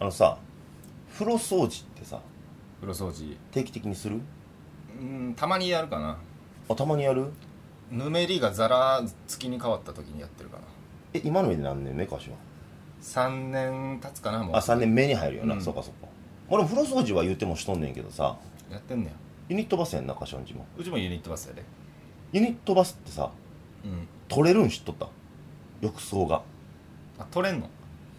あのさ風呂掃除ってさ風呂掃除定期的にするうんたまにやるかなあたまにやるぬめりがザラ付きに変わった時にやってるかなえ今の家で何年目かしら3年経つかなもうあ3年目に入るよな、うんそうかそうかまあでも風呂掃除は言うてもしとんねんけどさやってんねんユニットバスやんな柏んちもうちもユニットバスやでユニットバスってさうん取れるん知っとった浴槽があ取れんの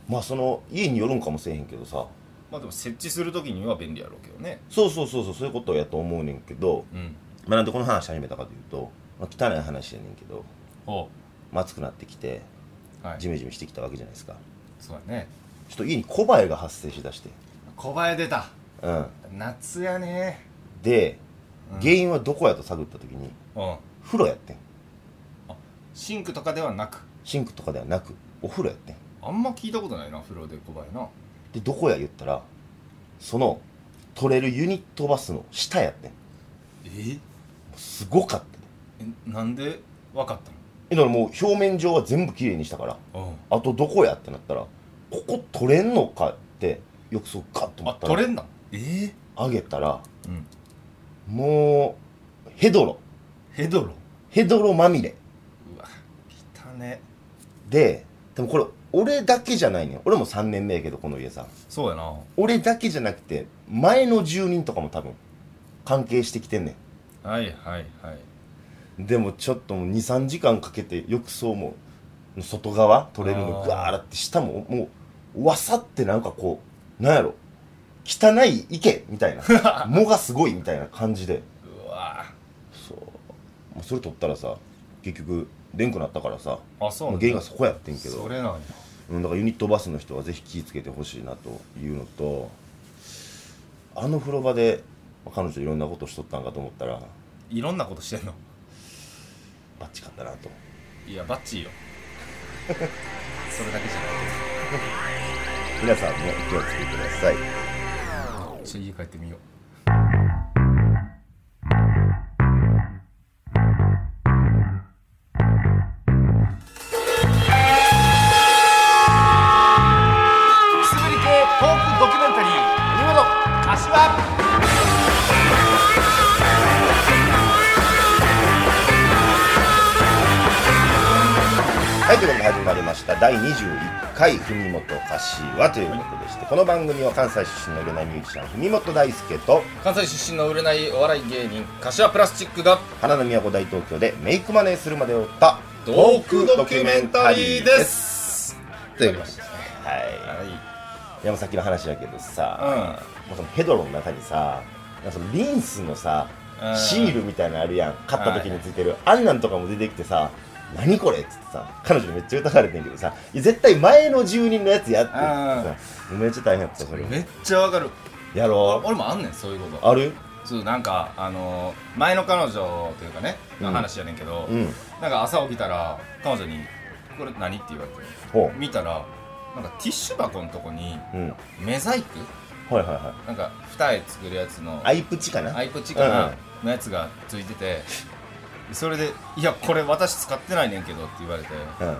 まあその家によるんかもせえへんけどさまあでも設置する時には便利やろうけどねそうそうそうそうそういうことやと思うねんけど、うんまあ、なんでこの話始めたかというと、まあ、汚い話やねんけど、おまあ、暑くなってきてはいジメジメしてきたわけじゃないですかそうだねちょっと家に小バエが発生しだして小映え出たうん夏やねでうん原因はどこやと探った時にうん風呂やってんシンクとかではなくシンクとかではなくお風呂やってんあんま聞いたことないな風呂で小映えなでどこや言ったらその取れるユニットバスの下やってんえすごかったねえなんでわかったえだからもう表面上は全部きれいにしたからのうんあとどこやってなったらここ取れんのかって浴槽ガッと持あった取られんだええ上げたらうんもうヘドロヘドロヘドロまみれうわ汚ねででもこれ俺だけじゃないねん俺も3年目やけどこの家さそうやな俺だけじゃなくて前の住人とかも多分関係してきてんねはいはいはいんでもちょっともう23時間かけて浴槽も外側取れるのあーガー洗って下ももうわさってなんかこうなんやろ汚い池みた いな藻がすごいみたいな感じでうわそうもうそれ取ったらさ結局でんくなったからさあそうもうなん原因だがそこやってんけどそれなんやうん、だからユニットバスの人はぜひ気をつけてほしいなというのとあの風呂場でまあ彼女いろんなことしとったんかと思ったらいろんなことしてんのバッチかったなといやバッチリよ それだけじゃ皆さんもお気をつけくださいないちょっと家帰ってみようくすぶり系トークドキュメンタリー「海本柏」はいということで始まりました第21回「文元柏」ということでしてこの番組は関西出身の売れないミュージシャン文元大輔と関西出身の売れないお笑い芸人柏プラスチックが花の都大東京でメイクマネーするまでを追ったトークドキュメンタリーですというこわかりまとしでたはいはい山崎の話やけどさ、うんもうそのヘドロの中にさなんかそのリンスのさうんシールみたいなのあるやん買った時についてるあんなんとかも出てきてさ「何これ」っつってさ彼女にめっちゃ疑われてんけどさ「いや絶対前の住人のやつや」って言ってさめっちゃ大変やったそれめっちゃわかるやろ俺もあんねんそういううことあるそうなんかあの前の彼女というかねうんの話やねんけど、うんなんか朝起きたら彼女に「これ何?」って言われてほ見たらなんかティッシュ箱のとこにううんはい目細工はいはなんか二重作るやつのいアイプチかなアイプチかうんなうんのやつがついててそれで「いやこれ私使ってないねんけど」って言われてうん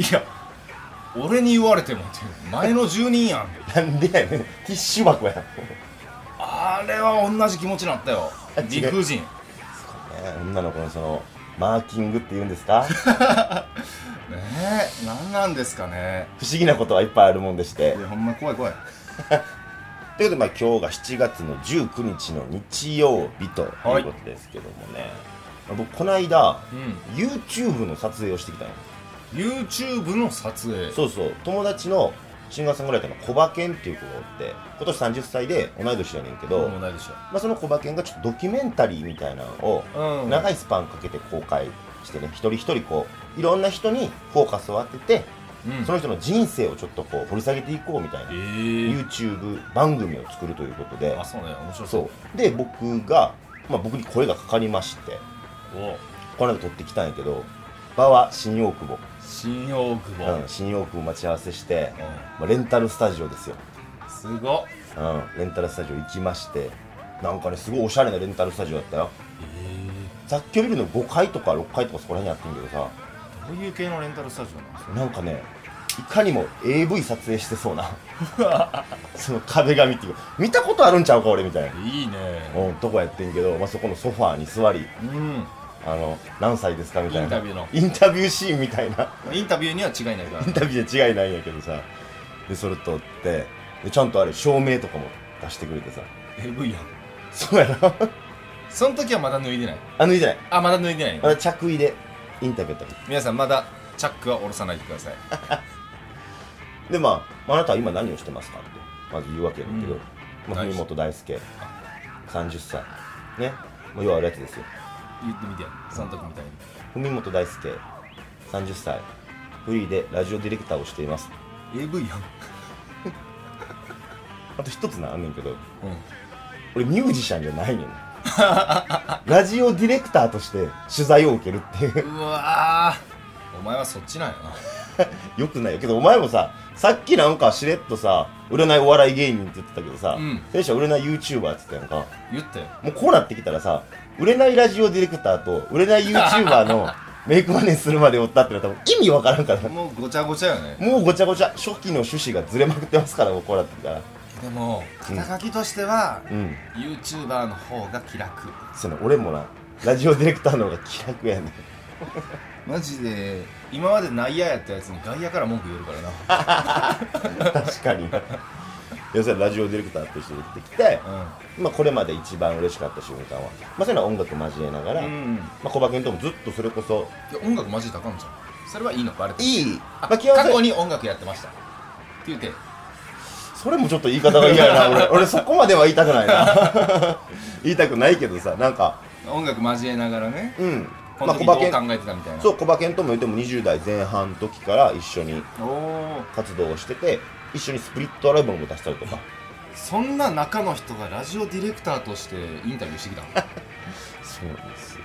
「いや俺に言われても」って前の住人やんなんでやねんティッシュ箱やんあれは同じ気持ちになったよあ違う理不尽女の子のそのマーキングって言うんです かねえ何なんですかね不思議なことはいっぱいあるもんでしていやほんま怖い怖いということで、まあ、今日が7月の19日の日曜日というはいことですけどもね、まあ僕この間うん YouTube の撮影をしてきたの YouTube の撮影そうそう友達のシンガーソングライターのコバケンっていう子がおって今年30歳で同い年やねんけど、もうまないでしょあ、そのコバケンがちょっとドキュメンタリーみたいなのをうん長いスパンかけて公開してね一人一人こういろんな人にフォーカスを当ててうんその人の人生をちょっとこう掘り下げていこうみたいなええ YouTube 番組を作るということであそうね面白そうそうで僕が、まあ、僕に声がかかりましておこの間撮ってきたんやけど場は新大久保、新大久保、うん、新大久保待ち合わせして、うまあ、レンタルスタジオですよ、んすごっうん、レンタルスタジオ行きましてなんかねすごいおしゃれなレンタルスタジオだったよえ雑居ビルの5階とか6階とかそこら辺にあってんけどさどういう系のレンタルスタジオなんですかなんかねいかにも AV 撮影してそう なその壁紙っていうか見たことあるんちゃうか俺みたいな、いいねうん、とこやってんけど、まあ、そこのソファーに座りうんあの何歳ですかみたいなインタビューのインタビューシーンみたいな インタビューには違いないからインタビューで違いないんやけどさでそれ撮ってでちゃんとあれ照明とかも出してくれてさ AV やんそうやなその時はまだ脱いでない あ脱いでないあまだ脱いでないあ着衣でインタビューやった皆さんまだチャックは下ろさないでくださいでまあ、あなたは今何をしてますかってまず言うわけだけど、うんまあ、大文志本大輔30歳ねもう要はあるやつですよ言ってみてその時みたいに文本大輔30歳フリーでラジオディレクターをしています AV やんあと一つなあんねんけどうん俺ミュージシャンじゃないねんラジオディレクターとして取材を受けるっていううわーお前はそっちなんやなよくないよけどお前もささっきなんかしれっとさ売れないお笑い芸人って言ってたけどさ、うん選手は売れない YouTuber って言ってたやんか言ったよもうこうなってきたらさ、売れないラジオディレクターと、売れない YouTuber のメイクマネするまでおったってのは多分意味わからんからな。もうごちゃごちゃよねもうごちゃごちゃ、初期の趣旨がずれまくってますから、もうこうなってきたら。でも肩書きとしては、うん。 YouTuber の方が気楽その俺もな、ラジオディレクターの方が気楽やねん。マジで今まで内野やったやつに外野から文句言えるからな確かにな。要するにラジオディレクターとして出てきて、まあこれまで一番嬉しかった瞬間は、まあそういうのは音楽交えながら、うん、まうん、いあ小馬君ともずっとそれこそ、や音楽マジで高んじゃんそれはいいのバレてるいい、あまあ基本過去にに音楽やってましたって言ってそれもちょっと言い方が嫌や な、俺。俺そこまでは言いたくないな。 言いたくないけどさ、なんか、音楽交えながらねうん。こまのあ、時小ど馬う考犬、えてたみたいなそう、小馬犬とも言っても20代前半の時から一緒におお活動をしてて、一緒にスプリットアルバムも出したりとか、そんな中の人がラジオディレクターとしてインタビューしてきたのそうなんですよ。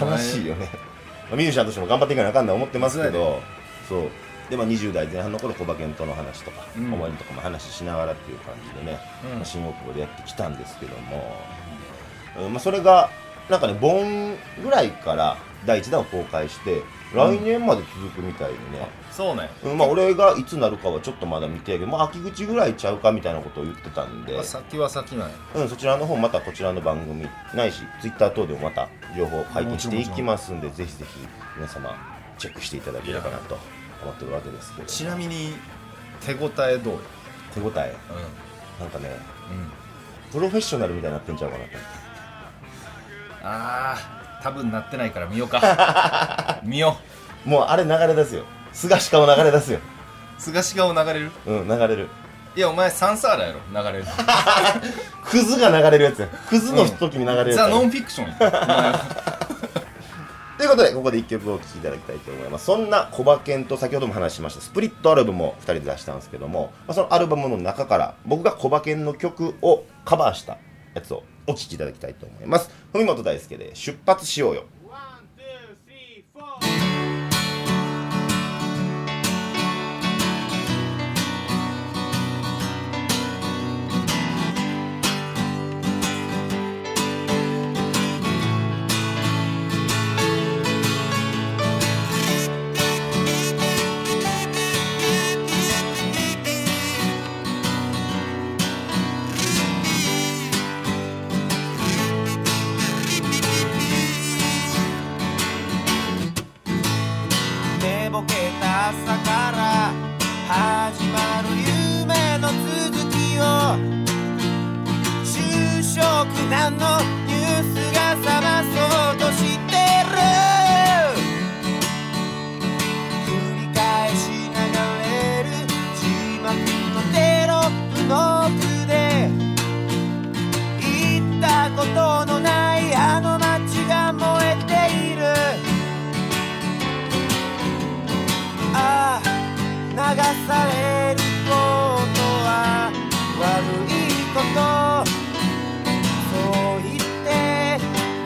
お前悲しいよね。まあミュージシャンとしても頑張っていかなあかんな思ってますけそうやど、そう。で、まあ、20代前半の頃、小馬犬との話とか、うん思い出とかも話ししながらっていう感じでね、うんまあ新大久保でやってきたんですけども、うんまあ、それがなんかね盆ぐらいから第1弾を公開して来年まで続くみたいでね、 そうねうんまあ、俺がいつなるかはちょっとまだ見てやけど、まあ、秋口ぐらいちゃうかみたいなことを言ってたんで、先は先なんやうん、そちらの方またこちらの番組ないしツイッター等でもまた情報を解禁していきますんでぜひぜひ皆様チェックしていただければなと思ってるわけですけどちなみに手応えどうよ手応えなんかねうん、うん、プロフェッショナルみたいになってんちゃうかなとあー多分なってないから見ようか 見よもうあれ流れ出すよ菅氏顔流れ出すよう菅氏顔流れるうん流れるいやお前サンサーラやろ流れるクズが流れるやつやクズの時に流れるやつや、ザ・ノンフィクション やということでここで1曲をお聴きいただきたいと思いますそんな小馬犬と先ほども話しましたスプリットアルバムを2人で出したんですけども、まあそのアルバムの中から僕が小馬犬の曲をカバーしたやつをお聴きいただきたいと思います文本大輔で「出発しようよ」 One, two, three, four. 寝ぼけた朝から始まる夢の続きを就職難のニュースが覚まそうとしてる繰り返し流れる字幕のテロップの奥で行ったことのないあの街が燃えているああ流されることは悪いことそう言って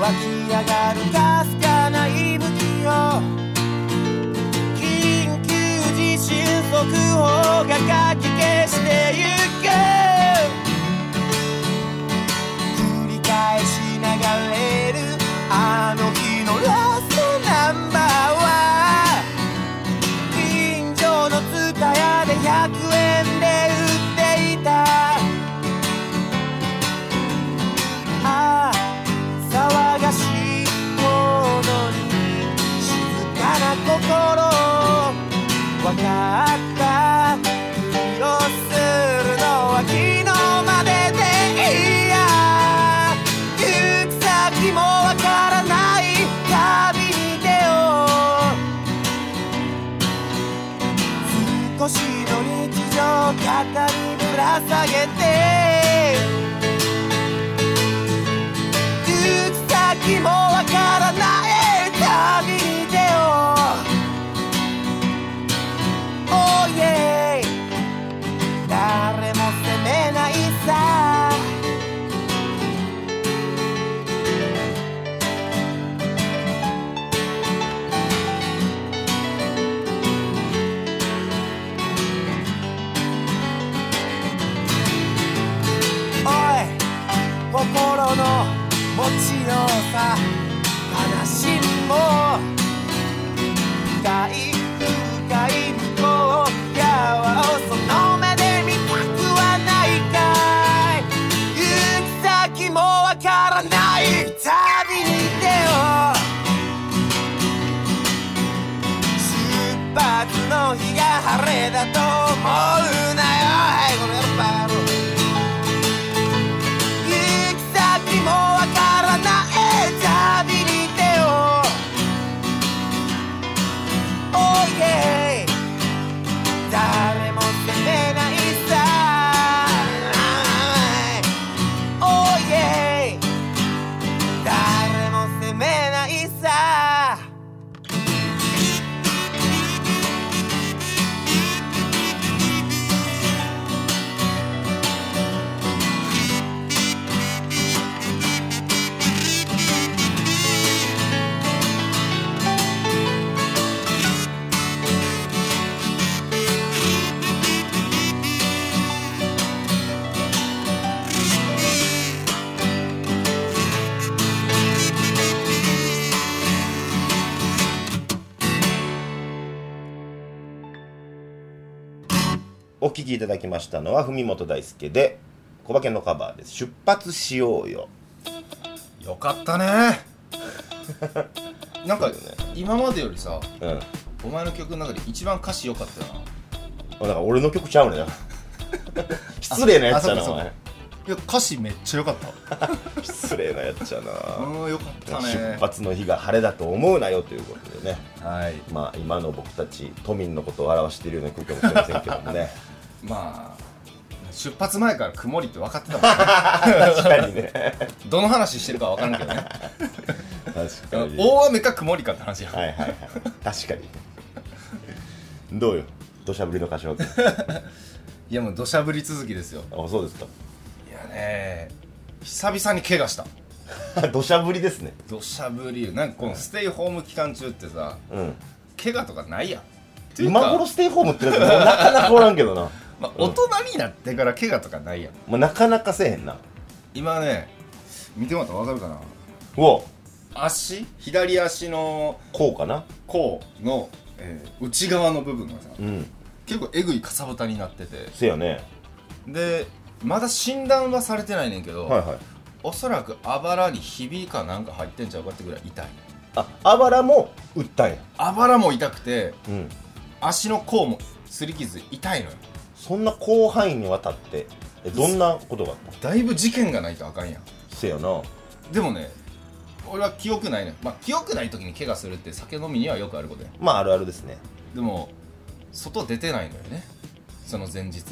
湧き上がるかすかな息吹を緊急地震速報がかき消してゆく繰り返し流れるあの日のラストナンバーは近所の蔦屋で100円で売っていたああ騒がしいものに静かな心わかった気をするのは昨日まででいいや行く先もわからない旅に出よう少しの日常を肩にぶら下げて行く先もわからない旅に出よう Oh yeah 誰も責めないさおい心の持ちようさ悲しみも深い深い向こう側をその目で見たくはないかい行く先もわからない旅に出よう出発の日が晴れだと思うなよはいごめんバカ野郎行き先もわからない旅に出よう Oh yeah 誰も責めないさ Oh yeah 誰も責めないさお聴きいただきましたのは文本大輔で小馬券のカバーです出発しようよよかっ たねなんかそうだよ今までよりさうんあお前の曲の中で一番歌詞良かったよななんか俺の曲ちゃうねん 失礼なやつだあなそうおかそう前かいや歌詞めっちゃ良かった失礼なやつやなうんよかったね出発の日が晴れだと思うなよということでねはいまあ今の僕たち都民のことを表しているような曲かもしれませんけどもねまあ出発前から曇りって分かってたもんね確かにね どの話してるか分からんけどね確かに大雨か曇りかって話や、はいはいはい確かにどうよ土砂降りの歌唱曲い、やもう土砂降り続きですよあそうですかいやね久々に怪我した土砂降りですね土砂降りなんかこのステイホーム期間中ってさうん怪我とかないやんっていうか今頃ステイホームってやつもうなかなかおらんけどな、まあ、大人になってから怪我とかないやんもうなかなかせえへんな今ね見てもらったら分かるかなうお足左足のこうかな甲の、えー内側の部分がさうん結構えぐいかさぶたになっててせやねでまだ診断はされてないねんけど、はいはいおそらくあばらにひびかなんか入ってんちゃうかってぐらい痛いああばらも打ったんやあばらも痛くてうん足の甲も擦り傷痛いのよそんな広範囲にわたってえどんなことがあっだいぶ事件がないとあかんやんたせやなでもね俺は記憶ないねまあ記憶ない時に怪我するって酒飲みにはよくあることやまああるあるですねでも外出てないのよねその前日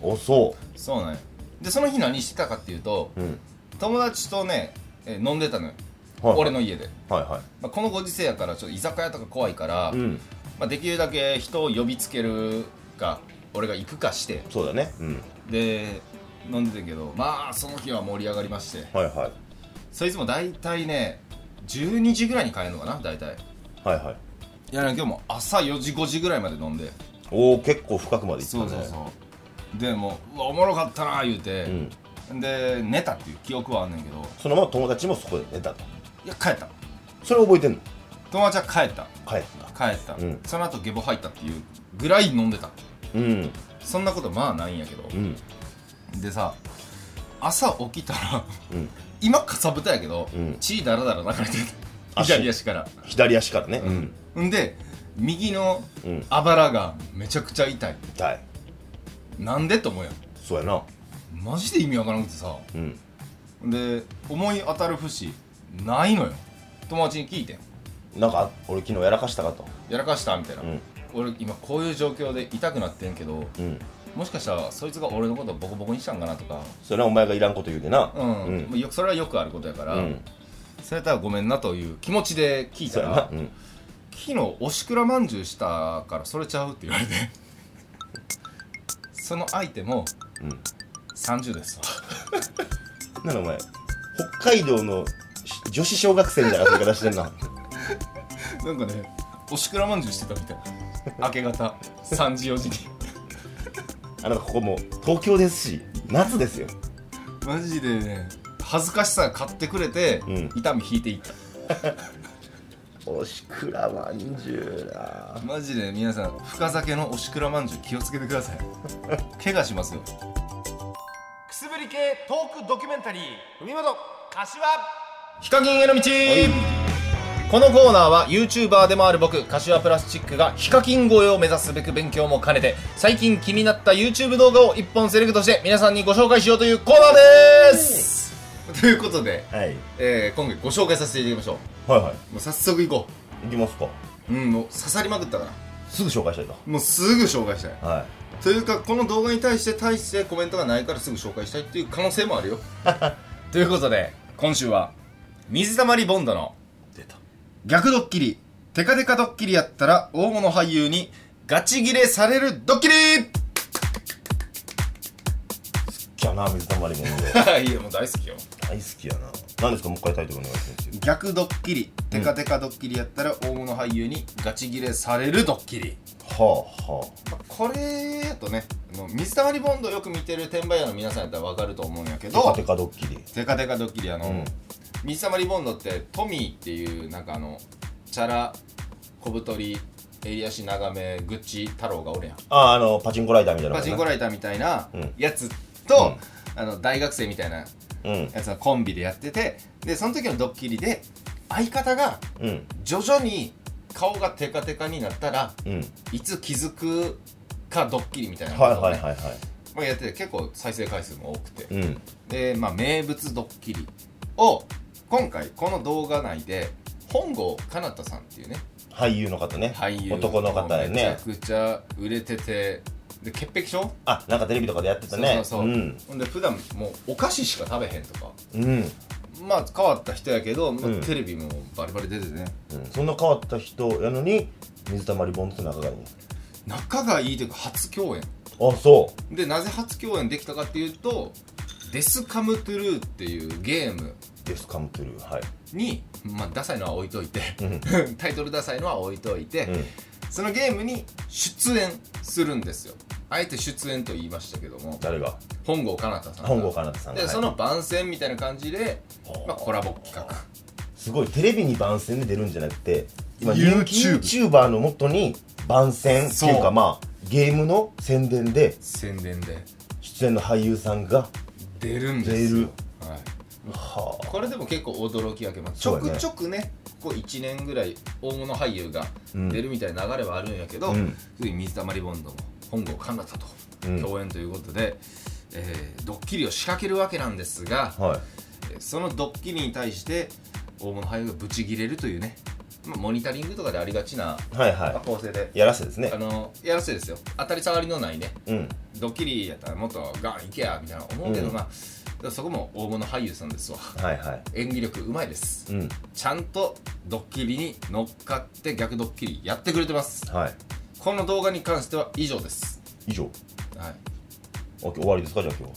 おそそうなんよでその日何してたかっていうとううん友達とね、えー飲んでたのよ、はい俺の家で、はいはまあ、このご時世やからちょっと居酒屋とか怖いから、いうんまあ、できるだけ人を呼びつけるか俺が行くかしてそうだねうんで飲んでてんけどまあその日は盛り上がりましてはいはいそいつも大体ね12時ぐらいに帰るのかな大体はいはいいやね今日も朝4時5時ぐらいまで飲んでおお結構深くまでいったそねうそうそうでもううわおもろかったな言うて、んで寝たっていう記憶はあんねんけどそのまま友達もそこで寝たといや帰ったそれ覚えてんの友達は帰った帰った帰った、うんその後ゲボ吐いたっていうぐらい飲んでたうんそんなことまあないんやけど、うんでさ朝起きたらうん今かさぶたやけど、うん血だらだら流れてる足左足から左足からねうんんで右のうんあばらがめちゃくちゃ痛い痛いなんでと思うやんそうやなマジで意味わからなくてさうんで思い当たる節ないのよ友達に聞いてんなんか俺昨日やらかしたかとやらかしたみたいな、うん俺今こういう状況で痛くなってんけどうんもしかしたらそいつが俺のことをボコボコにしたんかなとかそれはお前がいらんこと言うでなうん、うんまあよそれはよくあることやから、うんそれやったらごめんなという気持ちで聞いそたうやらな昨うん日おしくらまんじゅうしたからそれちゃうって言われ てその相手もうん30ですわなんだお前北海道の女子小学生みたいな遊び方してんななんかねおしくらまんじゅうしてたみたいな明け方3時4時にあなたここもう東京ですし夏ですよマジでね恥ずかしさが買ってくれて、うん痛み引いていったおしくらまんじゅうなマジで皆さん深酒のおしくらまんじゅう気をつけてくだ さい怪我しますよくすぶり系トークドキュメンタリー海本柏ヒカキンへの道、このコーナーは YouTuber でもある僕柏プラスチックがヒカキン超えを目指すべく勉強も兼ねて最近気になった YouTube 動画を1本セレクトして皆さんにご紹介しようというコーナーですということで、はいえー今回ご紹介させていただきましょうはいはもう早速行こいいきますかううんもう刺さりまくったからすぐ紹介したいともうすぐ紹介したいはというかこの動画に対して対してコメントがないからすぐ紹介したいっていう可能性もあるよ ということで今週は水溜りボンドの逆ドッキリテカテカドッキリやったら大物俳優にガチギレされるドッキリいきやな水溜りボンド いやもう 大好きよ大好きやな何ですかもう一回タイトルお願いします逆ドッキリテカテカドッキリやったら大物俳優にガチギレされるドッキリ、はあはあまあこれやとねあの水溜りボンドよく見てる転売屋の皆さんやったら分かると思うんやけどテカテカドッキリデカデカドッキリあの、うん水溜りボンドってトミーっていうなんかあのチャラ小太り襟足長めグッチ太郎がおるやんああのパチンコライダーみたいなパチンコラライターみたいなうんやつと、あの大学生みたいなうんやつがコンビでやっててでその時のドッキリで相方がうん徐々に顔がテカテカになったらうんいつ気づくかドッキリみたいなはいことをはいねはいはまあやってて結構再生回数も多くて、いうんで、まあ、名物ドッキリを今回この動画内で本郷奏太さんっていうね俳優の方ね俳優男の方やめちゃねくちゃ売れててで潔癖症あなんかテレビとかでやってたねそうそうそう、んほんで普段もうお菓子しか食べへんとかうんまあ変わった人やけど、まうあんテレビもバリバリ出てねうんそんな変わった人やのに水溜りボンドと仲がいい仲がいいというか初共演あそでなぜ初共演できたかっていうと「デスカムトゥルーっていうゲームうですカムトゥルーはいに、まあ、ダサいのは置いといて、 タイトルダサいのは置いといて、うんそのゲームに出演するんですよあえて出演と言いましたけども誰が本郷奏太さんが本郷奏太さんがで、はいその番宣みたいな感じで、まあ、コラボ企画すごいテレビに番宣で出るんじゃなくて今 YouTube 人気 YouTuber のもとに番宣っていうそかうまあゲームの宣伝で宣伝で出演の俳優さんが出るんです出よるはい、はあこれでも結構驚きやけど、まあちそうょだくねちょくねここ1年ぐらい大物俳優が出るみたいな流れはあるんやけど、うんついに水溜りボンドも本郷奏太とうん共演ということで、えードッキリを仕掛けるわけなんですが、はいえーそのドッキリに対して大物俳優がブチギレるというね、まあ、モニタリングとかでありがちなはいはまあ構成で、いやらせですねあのやらせですよ当たり障りのないねうんドッキリやったらもっとガンいけやみたいな思うけど、うんまあでもそこも大物俳優さんですわはいはい演技力うまいです、うんちゃんとドッキリに乗っかって逆ドッキリやってくれてますはいこの動画に関しては以上です、以上はいオッケー終わりですかじゃあ今日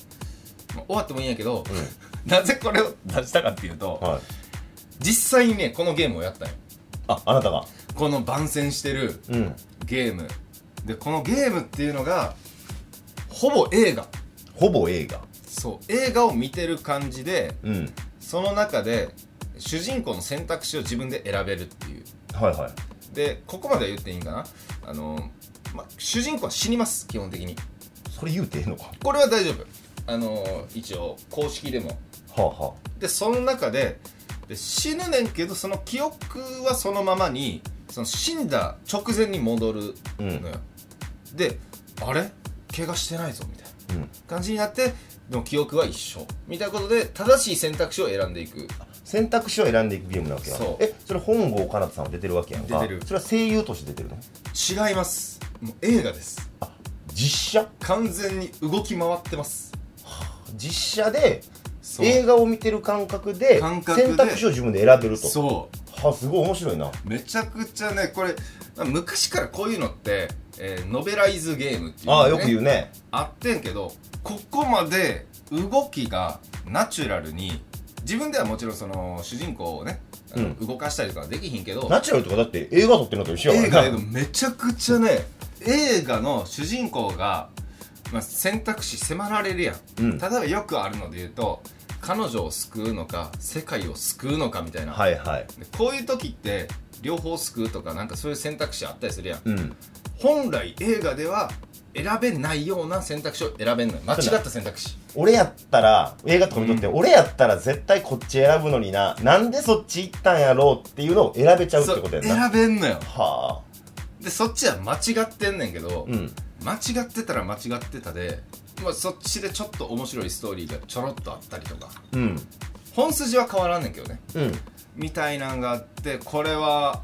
まあ終わってもいいんやけど、 なぜこれを出したかっていうと、はい。実際にね、このゲームをやったんよ。あ、あなたが。この番宣してるうん。ゲーム。で、このゲームっていうのが、ほぼ映画。ほぼ映画。そう。映画を見てる感じで、うん。その中で、主人公の選択肢を自分で選べるっていう。はいはい。で、ここまでは言っていいんかなあの、ま、主人公は死にます、基本的に。それ言うてええのか。これは大丈夫。あの、一応、公式でもはあはでその中でで死ぬねんけどその記憶はそのままにその死んだ直前に戻るあ。うのん。よ、であれ怪我してないぞみたいなうん。感じになってでも記憶は一緒みたいなことで正しい選択肢を選んでいく選択肢を選んでいくゲームなわけやそうえそれ本郷奏多さんは出てるわけやんか出てるそれは声優として出てるの違いますもう映画です実写完全に動き回ってます実写でそう映画を見てる感覚で感覚で選択肢を自分で選べるとそうはすごい面白いなめちゃくちゃねこれ昔からこういうのって、えーノベライズゲームっていうのあがあねよく言うねあってんけどここまで動きがナチュラルに自分ではもちろんその主人公をね、あの動かしたりとかできひんけどナチュラルとかだって映画撮ってるのと一緒や映か画ら映画なめちゃくちゃね映画の主人公が、まあ、選択肢迫られるやん、うん例えばよくあるので言うと彼女を救うのか世界を救うのかみたいな、はいはいでこういう時って両方救うとかなんかそういう選択肢あったりするやんうん本来映画では選べないような選択肢を選べんのよ間違った選択肢俺やったら映画とか見とって、俺やったら絶対こっち選ぶのにななんでそっち行ったんやろうっていうのを選べちゃうってことやんなそう選べんのよはあでそっちは間違ってんねんけど、うん間違ってたら間違ってたで、まあ、そっちでちょっと面白いストーリーがちょろっとあったりとかうん本筋は変わらんねんけどねうんみたいなんがあってこれは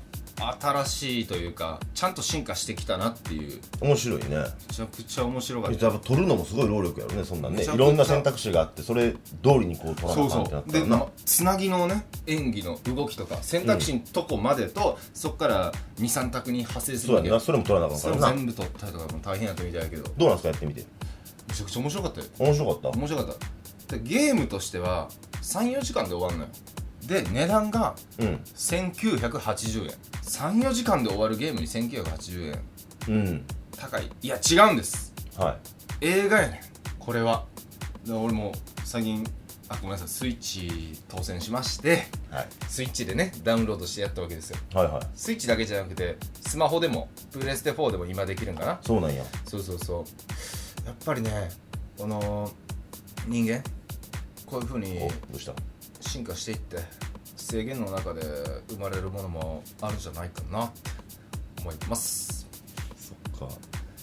新しいというかちゃんと進化してきたなっていうめ面白いねちゃくちゃ面白かっえたやっぱ取るのもすごい労力やろねそんなんねめちいゃくちゃろんな選択肢があってそれ通りにこう取らなそあうかんそってなっうたで、らなまあつなぎのね演技の動きとか選択肢のとこまでと、そこから23択に派生そするうわやんけなそれも取らなあかんそかれらをな全部取ったりとかも大変やったみたいやけどどうなんすかやってみてめちゃくちゃ面白かったよ面白かった面白かったでゲームとしては34時間で終わるのよで値段がうん1980円34時間で終わるゲームに1980円うん高いいや違うんですは映画やねんこれはで俺も最近あごめんなさいスイッチ当選しましてい、はい、スイッチでねダウンロードしてやったわけですよはいはいスイッチだけじゃなくてスマホでもプレステ4でも今できるんかなそうなんやそうそうそうやっぱりねこの人間こういうふうおどにうした進化していって制限の中で生まれるものもあるんじゃないかなって思いますそっか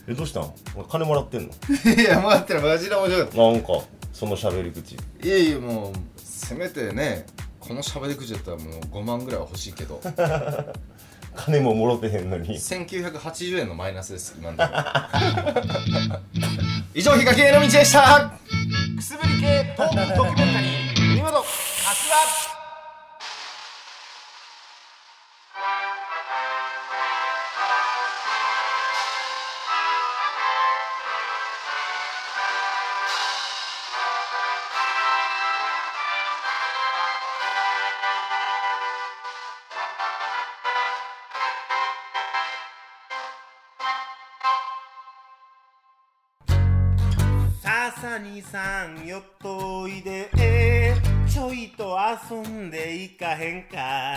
えどうしたんお前金もらってんの いや待ってるマジで面白いなんかその喋り口いやいやもうせめてねこの喋り口だったらもう5万ぐらいは欲しいけど金ももろてへんのに1980円のマイナスです今のところ 以上ヒカキンへの道でしたくすぶり系トークドキュメンタリー国本かつらさあさにさんよっといでちょいと遊んでいかへんか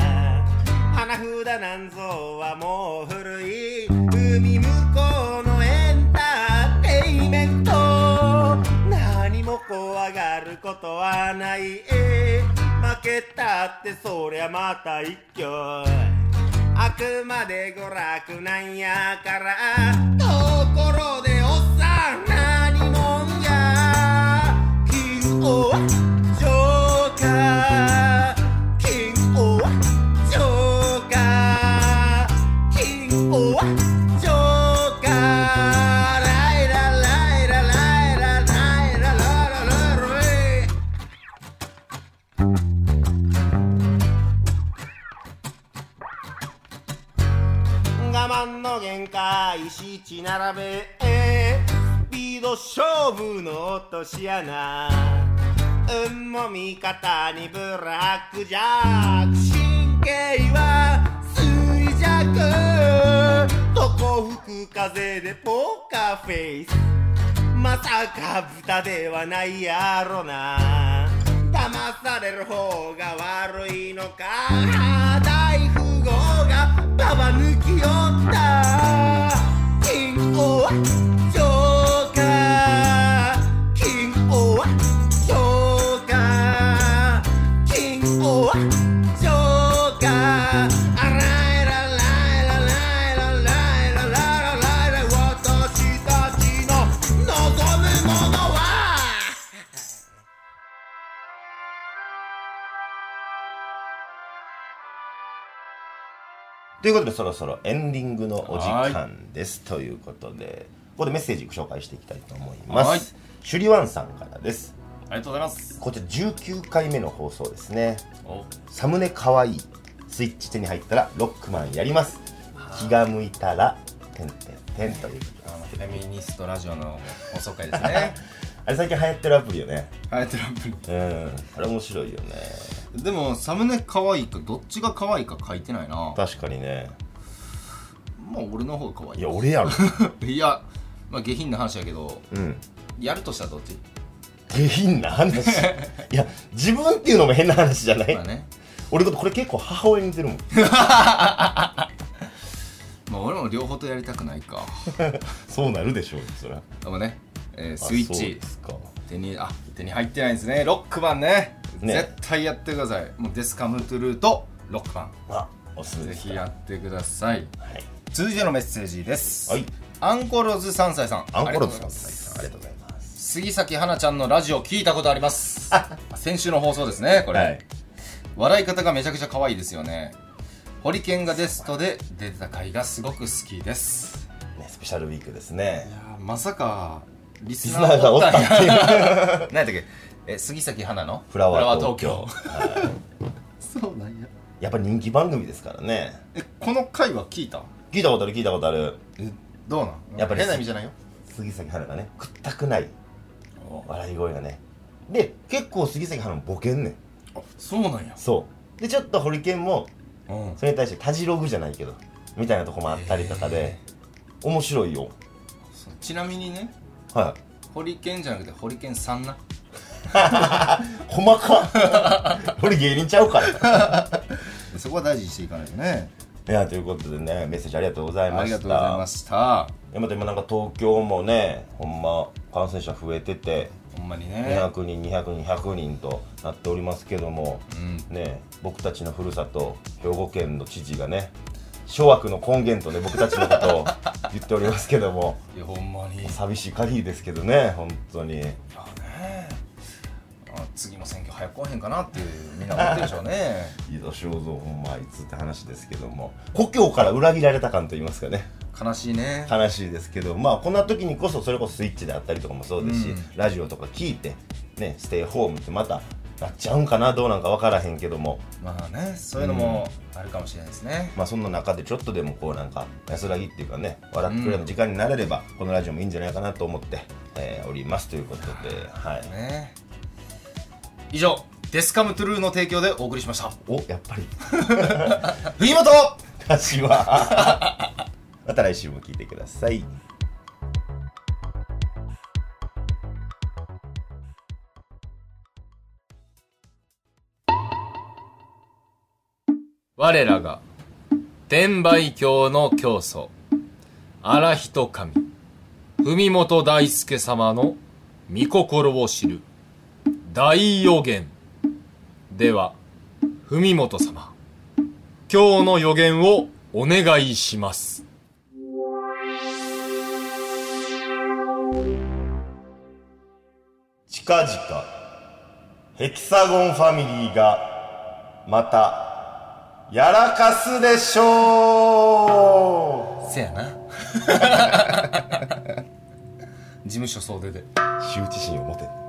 花札なんぞはもう古い海向こうのエンターテイメント何も怖がることはない負けたってそりゃまた一挙あくまで娯楽なんやからところでおっさん何もんや金をジョーカー金をジョーカー金をジョーカーライラライラライラライララララライ我慢の限界七並べスピード勝負の落とし穴運も味方にブラックジャック神経は衰弱どこ吹く風でポーカーフェイスまさか豚ではないやろな騙される方が悪いのか大富豪がババ抜き寄った金庫はジョーカー金庫はジョーカー金庫はジョーカーあらいららいららライラライラライラライラ私たちの望むものはということでそろそろエンディングのお時間ですということでここでメッセージご紹介していきたいと思いますはいシュリワンさんからですありがとうございます。こちら19回目の放送ですねおサムネかわいいスイッチ手に入ったらロックマンやります気が向いたらてんてんてんということであのフェミニストラジオの放送回ですね。あれ最近流行ってるアプリよね はい、トランプうんあれ面白いよねリ。でも、サムネ可愛いか、どっちが可愛いか書いてないな。確かにねまあ、俺の方が可愛いや俺やろい。いや、まあ、下品な話やけど、うんやるとしたらどっち下品な 話いや自分っていうのも変な話じゃない、まあね。俺のことこれ結構母親に似てるもんまあ、俺も両方とやりたくな いか。そうなるでしょうよそりゃでもね、えースイッあそうチで。すか手にあ手に入ってないんですねロックマンねね絶対やってくださいもうデスカムトゥルーとロックマあおすすンめぜですひやってくださいはい、続いてのメッセージです、はい、アンコロズ3歳さんアンコロズありがとうございさんますありがとうございます杉咲花ちゃんのラジオ聞いたことあります 先週の放送ですねこれ、はい笑い方がめちゃくちゃ可愛いですよねホリケンがゲストで出てた回がすごく好きですねスペシャルウィークですねいやーまさかリスリスナナーーががおおっったたんんやや何やったっけえ杉咲花のフラワー東フラ京ワー東はい京そうなんややっぱ人気番組ですからねえこの回は聞いた聞いたことある聞いたことあるえどうなんやっぱり変な意味じゃないよ杉咲花がねくったくない笑い声がねで結構杉咲花もボケんねんあそうなんやそうでちょっとホリケンもうんそれに対してたじろぐじゃないけどみたいなとこもあったりとかで、面白いよそうちなみにねはいホリケンじゃなくてホリケンさんな細か っ俺芸人ちゃうからそこは大事にしていかないとねいやということでねメッセージありがとうございましたありがとうございましたいやまた今なんか東京もねほんま感染者増えててほんまにね200人200人100人となっておりますけども、うんね僕たちのふるさと兵庫県の知事がね諸悪の根源とね僕たちのことを言っておりますけどもいやほんまにあ寂しい限りですけどね本当にねあ次の選挙早く来へんかなっていうみんな思ってるでしょう ねいいぞ正蔵ほんまあいつって話ですけども故郷から裏切られた感と言いますかね悲しいね悲しいですけどまあこんな時にこそそれこそスイッチであったりとかもそうですし、うんラジオとか聞いてねステイホームってまたなっちゃうんかなどうなんか分からへんけどもまあねそういうのもあるかもしれないですねまあそんな中でちょっとでもこうなんか安らぎっていうかね笑ってくれるような時間になれれば、このラジオもいいんじゃないかなと思って、えーおりますということではいね以上デスカムトゥルーの提供でお送りしましたおやっぱり藤本私は また来週も聞いてください我らが天売教の教祖荒人神文本大輔様の御心を知る大予言では文本様今日の予言をお願いします近々ヘキサゴンファミリーがまたやらかすでしょせやな 事務所総出でう羞恥心を持て